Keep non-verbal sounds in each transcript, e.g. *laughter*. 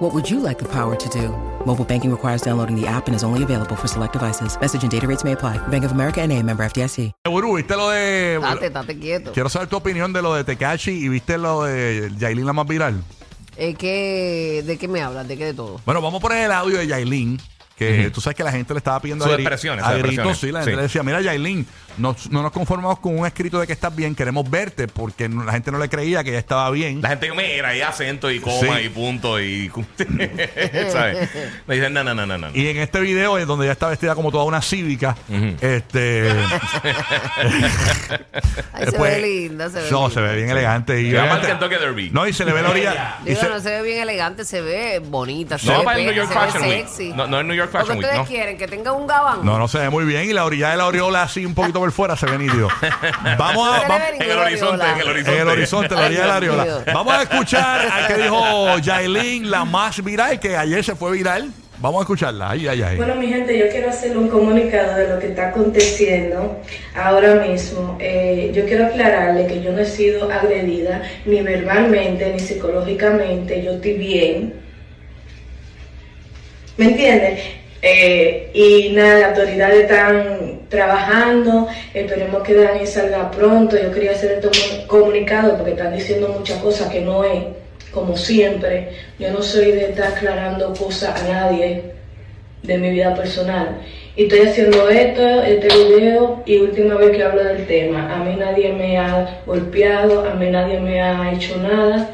What would you like the power to do? Mobile banking requires downloading the app and is only available for select devices. Message and data rates may apply. Bank of America and a member FDIC. Gurú, viste lo de. Estate, estate quieto. Quiero saber tu opinión de lo de Tekashi y viste lo de Yailin la más viral. Es que, ¿de qué me hablas? ¿De qué de todo? Bueno, vamos a poner el audio de Yailin. Que tú sabes que la gente le estaba pidiendo Sus gri- expresiones, a sus gritos, expresiones. sí, la gente Sí. le decía, mira Yailin, nos- no nos conformamos con un escrito de que estás bien, queremos verte, porque no- la gente no le creía que ya estaba bien. La gente que mira y acento y coma Sí. y punto y... *laughs* ¿Sabes? Me dicen, no, no, no, no, no. Y en este video, eh, donde ya está vestida como toda una cívica, este... *laughs* Ay, se pues, ve linda, se ve No, linda. se ve bien elegante. Y Le va para el obviamente- Kentucky Derby. No, y se le ve la orilla. y Digo, se- no se ve bien elegante, se ve bonita, se Ah. No, ve para el pega, New York se ve Fashion Week. sexy. No, no, el New York Fashion ¿Lo Week, que ustedes no. quieren? ¿Que tenga un gabán? No, no se ve muy bien. Y la orilla de la aureola así un poquito por fuera se ve nítido. Vamos a. Se le vamos- ve En el horizonte, en el horizonte. en el horizonte, la orilla de la Ay, Dios aureola. mío. Vamos a escuchar al que dijo Yailin, la más viral, que ayer se fue viral. Vamos a escucharla. Ay, ay, ay. Bueno, mi gente, yo quiero hacer un comunicado de lo que está aconteciendo ahora mismo. Eh, yo quiero aclararle que yo no he sido agredida ni verbalmente ni psicológicamente. Yo estoy bien. ¿Me entiendes? Eh, y nada, las autoridades están trabajando, esperemos que Dani salga pronto. Yo quería hacer este comu- comunicado porque están diciendo muchas cosas que no es, como siempre. Yo no soy de estar aclarando cosas a nadie de mi vida personal. Y estoy haciendo esto, este video y última vez que hablo del tema. A mí nadie me ha golpeado, a mí nadie me ha hecho nada.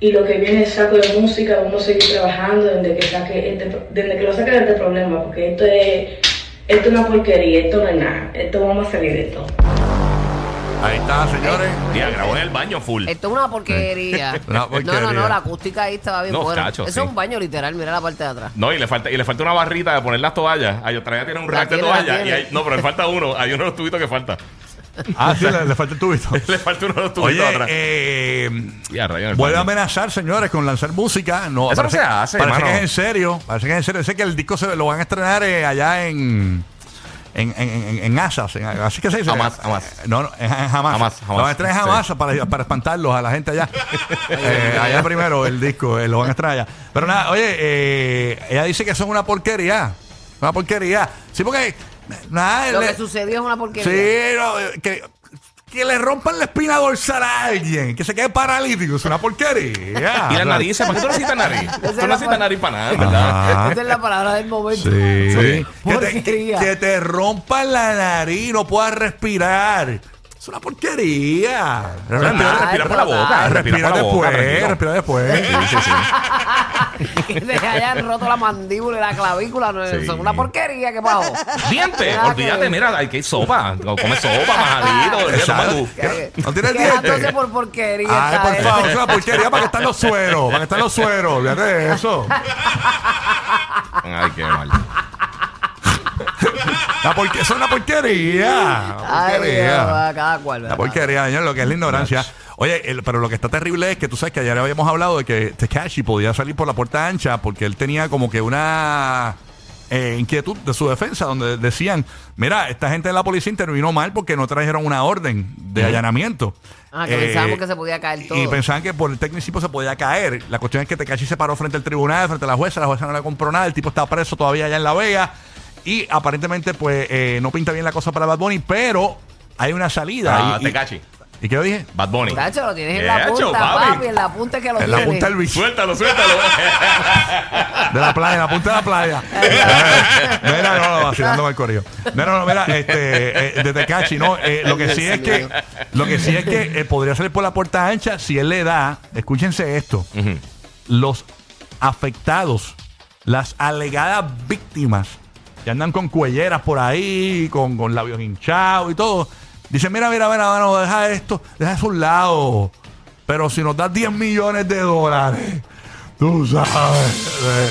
Y lo que viene es saco de música, vamos a seguir trabajando desde que, saque este, pro- desde que lo saque de este problema, porque esto es, esto es una porquería, esto no es nada, esto vamos a salir de esto. Ahí está, señores. Tía, grabó en el baño full. Esto es una porquería. Una No, porquería. no, no, la acústica ahí estaba bien No, buena. cacho, Eso sí. es un baño literal, mira la parte de atrás. No, y le falta, y le falta una barrita de poner las toallas. Ay, otra vez tiene un La rack de tiene, la toallas. tiene. y hay- no, pero le falta uno. Hay uno de los tubitos que falta. *laughs* Ah, sí, le, le falta el tubito. Le falta uno de los tubitos Oye, atrás. eh. Ya, rayo en el Vuelve a baño. amenazar, señores, con lanzar música. No, Eso no se hace, Parece hermano. que es en serio. Parece que es en serio. Sé que el disco se lo van a estrenar eh, allá en. En, en, en, en Asas, en- así que se dice. Jamás, Eh, jamás. No, no, en, en jamás. Jamás, jamás. Lo van a estrenar en Sí. jamás para, para espantarlos a la gente *laughs* allá. Eh, allá primero el disco, eh, lo van a estrenar allá. Pero nada, oye, eh, ella dice que son una porquería. Una porquería. Sí, porque. Nada, Lo le- que sucedió es una porquería. Sí, no, eh, que, que le rompan la espina dorsal a alguien, que se quede paralítico, es una porquería. *laughs* Y la nariz, ¿para qué tú no necesitas nariz? Tú no necesitas nariz para nada, ¿verdad? Ajá. Esta es la palabra del momento. Sí. *laughs* Ah. Sí. Que, te, Porquería. que te rompan la nariz, no puedas respirar. Es una porquería. Respira, Ay, respira por la total. boca. Respira por la boca. después, tranquilo. respira *laughs* después. Que te hayan roto la mandíbula y la clavícula. No, Sí. Son una porquería, ¿qué pasó? Dientes, Nada que olvídate, ver. mira, hay que ir sopa, come sopa, majadito, olvídate, toma Exacto. tu- Eh, Que no- No tienes Quejándose dientes. por porquería. Ay, está por él. favor, es una porquería para que están los sueros, para que están los sueros, olvídate de *laughs* eso. Ay, qué mal. La porque- eso es una porquería. Una Ay, porquería. Dios, va, cada cual, La ¿verdad? porquería, señor, lo que es la ignorancia. Oye, el- pero lo que está terrible es que tú sabes que ayer habíamos hablado de que Tekashi podía salir por la puerta ancha porque él tenía como que una eh, inquietud de su defensa, donde decían, mira, esta gente de la policía intervino mal porque no trajeron una orden de allanamiento. Eh, Ah, que pensábamos que se podía caer Y todo. pensaban que por el tecnicismo se podía caer. La cuestión es que Tekashi se paró frente al tribunal, frente a la jueza, la jueza no le compró nada, el tipo está preso todavía allá en La Vega. Y aparentemente, pues, eh, no pinta bien la cosa para Bad Bunny, pero hay una salida. Ah, Y- y- Tekashi, ¿Y qué yo dije? Bad Bunny. Tacho, lo tienes en Eh, la hacho, punta, papi. papi. En la punta es que lo En la tienes. punta del bicho. Suéltalo, suéltalo. De la playa, en la punta de la playa. Eh, *laughs* mira, no, no, vacilándome el corrido. No, no, no, mira, este, eh, de Tecachi, ¿no? Eh, lo que sí es que, lo que sí es que eh, podría salir por la puerta ancha si él le da, escúchense esto, los afectados, las alegadas víctimas, que andan con cuelleras por ahí, con, con labios hinchados y todo, dicen, mira, mira, mira, mano, deja esto, deja eso a un lado. Pero si nos das 10 millones de dólares, tú sabes. eh,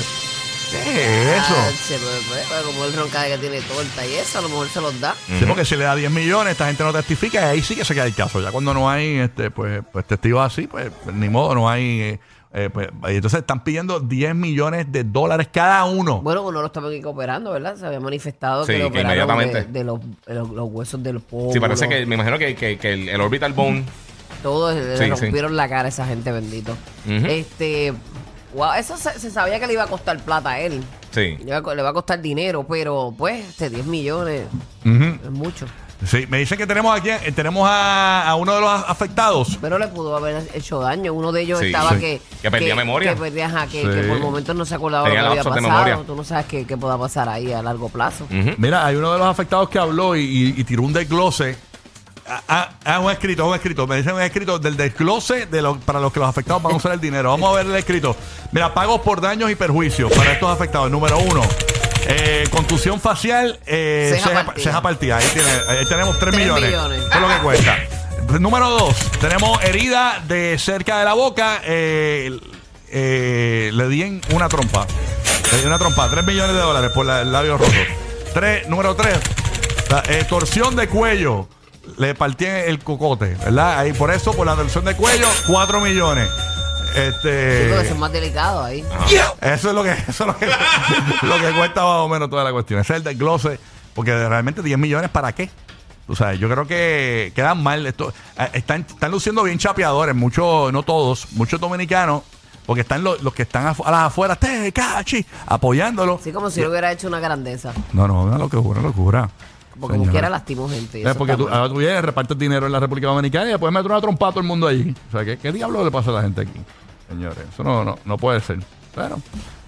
¿Qué es eso? Ah, se me- me- me- como el ronca que tiene torta y eso, a lo mejor se los da. Sí, porque si le da 10 millones, esta gente no testifica y ahí sí que se queda el caso. Ya cuando no hay este, pues, pues testigos así, pues ni modo, no hay. eh, eh, pues, y entonces están pidiendo 10 millones de dólares cada uno. Bueno, uno lo estaba aquí cooperando, ¿verdad? Se había manifestado Sí, que lo que operaron inmediatamente. de, de los, de los- los huesos del pómulo. *laughs* Sí, parece que, me imagino que, que- que el, el orbital bone. Todos le Sí, sí. rompieron la cara a esa gente, bendito. Ujú. Este. Wow, eso se, se sabía que le iba a costar plata a él. Sí. Le va, a co- le va a costar dinero, pero pues, este 10 millones Ujú. es mucho. Sí, me dicen que tenemos aquí, eh, tenemos a, a uno de los afectados. Pero le pudo haber hecho daño. Uno de ellos Sí, estaba sí. que. Que perdía memoria. Que, perdía, ajá, que, Sí. que por momentos no se acordaba Tenía lo que había lapsos de pasado. memoria. Tú no sabes qué, qué pueda pasar ahí a largo plazo. Ujú. Mira, hay uno de los afectados que habló y, y- y tiró un desglose. Ah, ah, ah, un escrito, un escrito. Me dicen un escrito del desglose de lo- para los que los afectados van a usar el dinero. Vamos a ver el escrito. Mira, pagos por daños y perjuicios para estos afectados. Número uno, eh, contusión facial, eh, Ceja ceja, partida. ceja partida. Ahí, tiene- ahí tenemos 3 Tres millones. millones. Eso es lo que cuesta. Número dos, tenemos herida de cerca de la boca. eh, eh, le di en una trompa. Le di una trompa. 3 millones de dólares por la- el labio roto. Tres, número tres, la, eh, torsión de cuello. Le partí el cocote, ¿verdad? Ahí por eso, por la torsión de cuello, 4 millones. Sí, Este. porque eso es más delicado ahí. Eso es lo que, *laughs* eso es lo que, lo que cuesta más o menos toda la cuestión. Ese es el desglose, porque realmente 10 millones para qué. Tú sabes, yo creo que quedan mal. Esto, eh, están, están luciendo bien chapeadores, muchos, no todos, muchos dominicanos, porque están los, los que están afu- a las afueras, te cachi, apoyándolo. Así como si yo hubiera hecho una grandeza. No, no, una locura, una locura. Porque como Señora. quiera lastimo gente. y Es eso Eh, porque está tú, ah, mal. ahora tú vienes, repartes dinero en la República Dominicana y después metes una trompa a todo el mundo allí. O sea, ¿qué, qué diablo le pasa a la gente aquí? Señores, eso no, no, no puede ser. Bueno,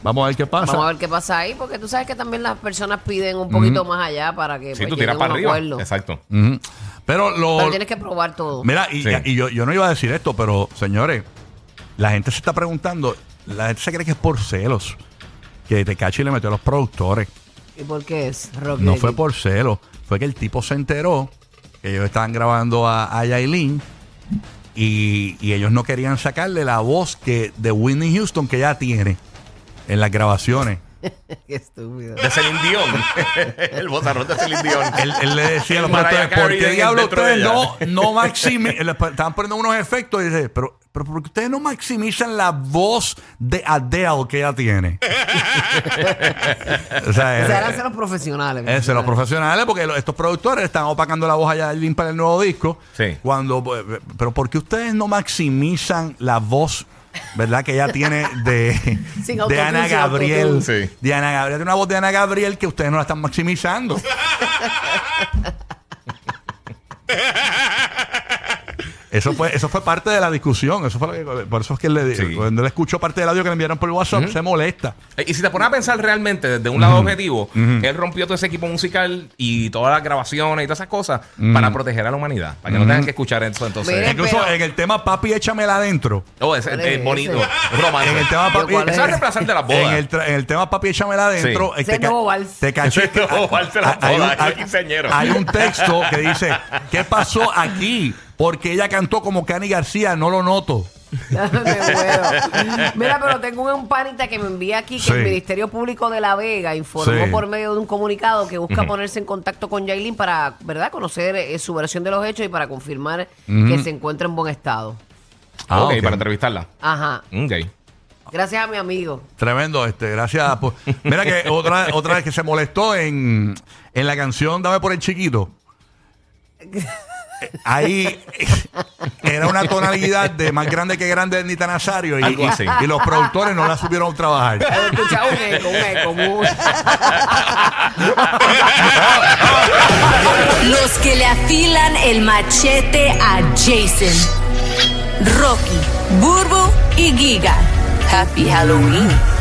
vamos a ver qué pasa. Vamos a ver qué pasa ahí, porque tú sabes que también las personas piden un poquito más allá para que Sí, pues, tú tiras lleguen para a un arriba. acuerdo. Exacto. Ujú. Pero lo. Pero tienes que probar todo. Mira, y, Sí. y yo, yo no iba a decir esto, pero señores, la gente se está preguntando, la gente se cree que es por celos que Tecachi le metió a los productores. ¿Y por qué es, Rocky? No Allí? fue por celos, fue que el tipo se enteró que ellos estaban grabando a, a Yailin y, y ellos no querían sacarle la voz que de Whitney Houston que ya tiene en las grabaciones. *laughs* Qué estúpido. De Celine Dion. *laughs* el bozarrón de Celine Dion. *laughs* Él, él le decía a los pastores, Mariah ¿por Carey qué en- diablos dentro de ustedes ella?" no, no *laughs* maximizan? Estaban poniendo unos efectos y dice, pero, pero ¿por qué ustedes no maximizan la voz de Adele que ella tiene? *laughs* o sea, O él- sea, eran los profesionales. eso, los profesionales, porque lo- estos productores están opacando la voz allá para el nuevo disco. Sí. Cuando, pues, pero ¿por qué ustedes no maximizan la voz, verdad, que ella tiene de, Sin de autotune, Ana sin Gabriel? autotune. Sí. De Ana Gabriel, tiene una voz de Ana Gabriel que ustedes no la están maximizando. Eso fue, eso fue parte de la discusión. Eso fue lo que- por eso es que él le, Sí. cuando él escuchó parte del audio que le enviaron por WhatsApp, se molesta. Eh, Y si te pones a pensar realmente desde un lado objetivo, él rompió todo ese equipo musical y todas las grabaciones y todas esas cosas para proteger a la humanidad, para que no tengan que escuchar eso entonces. Mira, Incluso pero- en el tema Papi, échamela adentro. Oh, es, ¿Cuál es es bonito, ese? romance. En el tema Pero papi, ¿cuál Eso es reemplazar de las bodas. En el, tra- en el tema papi échamela adentro. Sí. eh, Ese es ca- nuevo vals. te caché- Ese es *laughs* nuevo vals de las *laughs* hay un- bodas, hay- es quinceañero. Hay un texto que dice, ¿qué pasó aquí? Porque ella cantó como Cani García, no lo noto. *laughs* Me muero. Mira, pero tengo un panita que me envía aquí que Sí. el Ministerio Público de La Vega informó Sí. por medio de un comunicado que busca ponerse en contacto con Yailin para, ¿verdad?, conocer eh, su versión de los hechos y para confirmar que se encuentra en buen estado. Ah, ok, ok. para entrevistarla. Ajá. Ok. Gracias a mi amigo. Tremendo, este, gracias. por- Mira que otra, otra vez que se molestó en, en la canción Dame por el *laughs* chiquito. Eh, Ahí era una tonalidad de más grande que grande de Nita Nazario y, Algo así. y los productores no la supieron trabajar. *laughs* Escucha un eco, un eco, un- Los que le afilan el machete a Jason. Rocky, Burbu y Giga. Happy Halloween.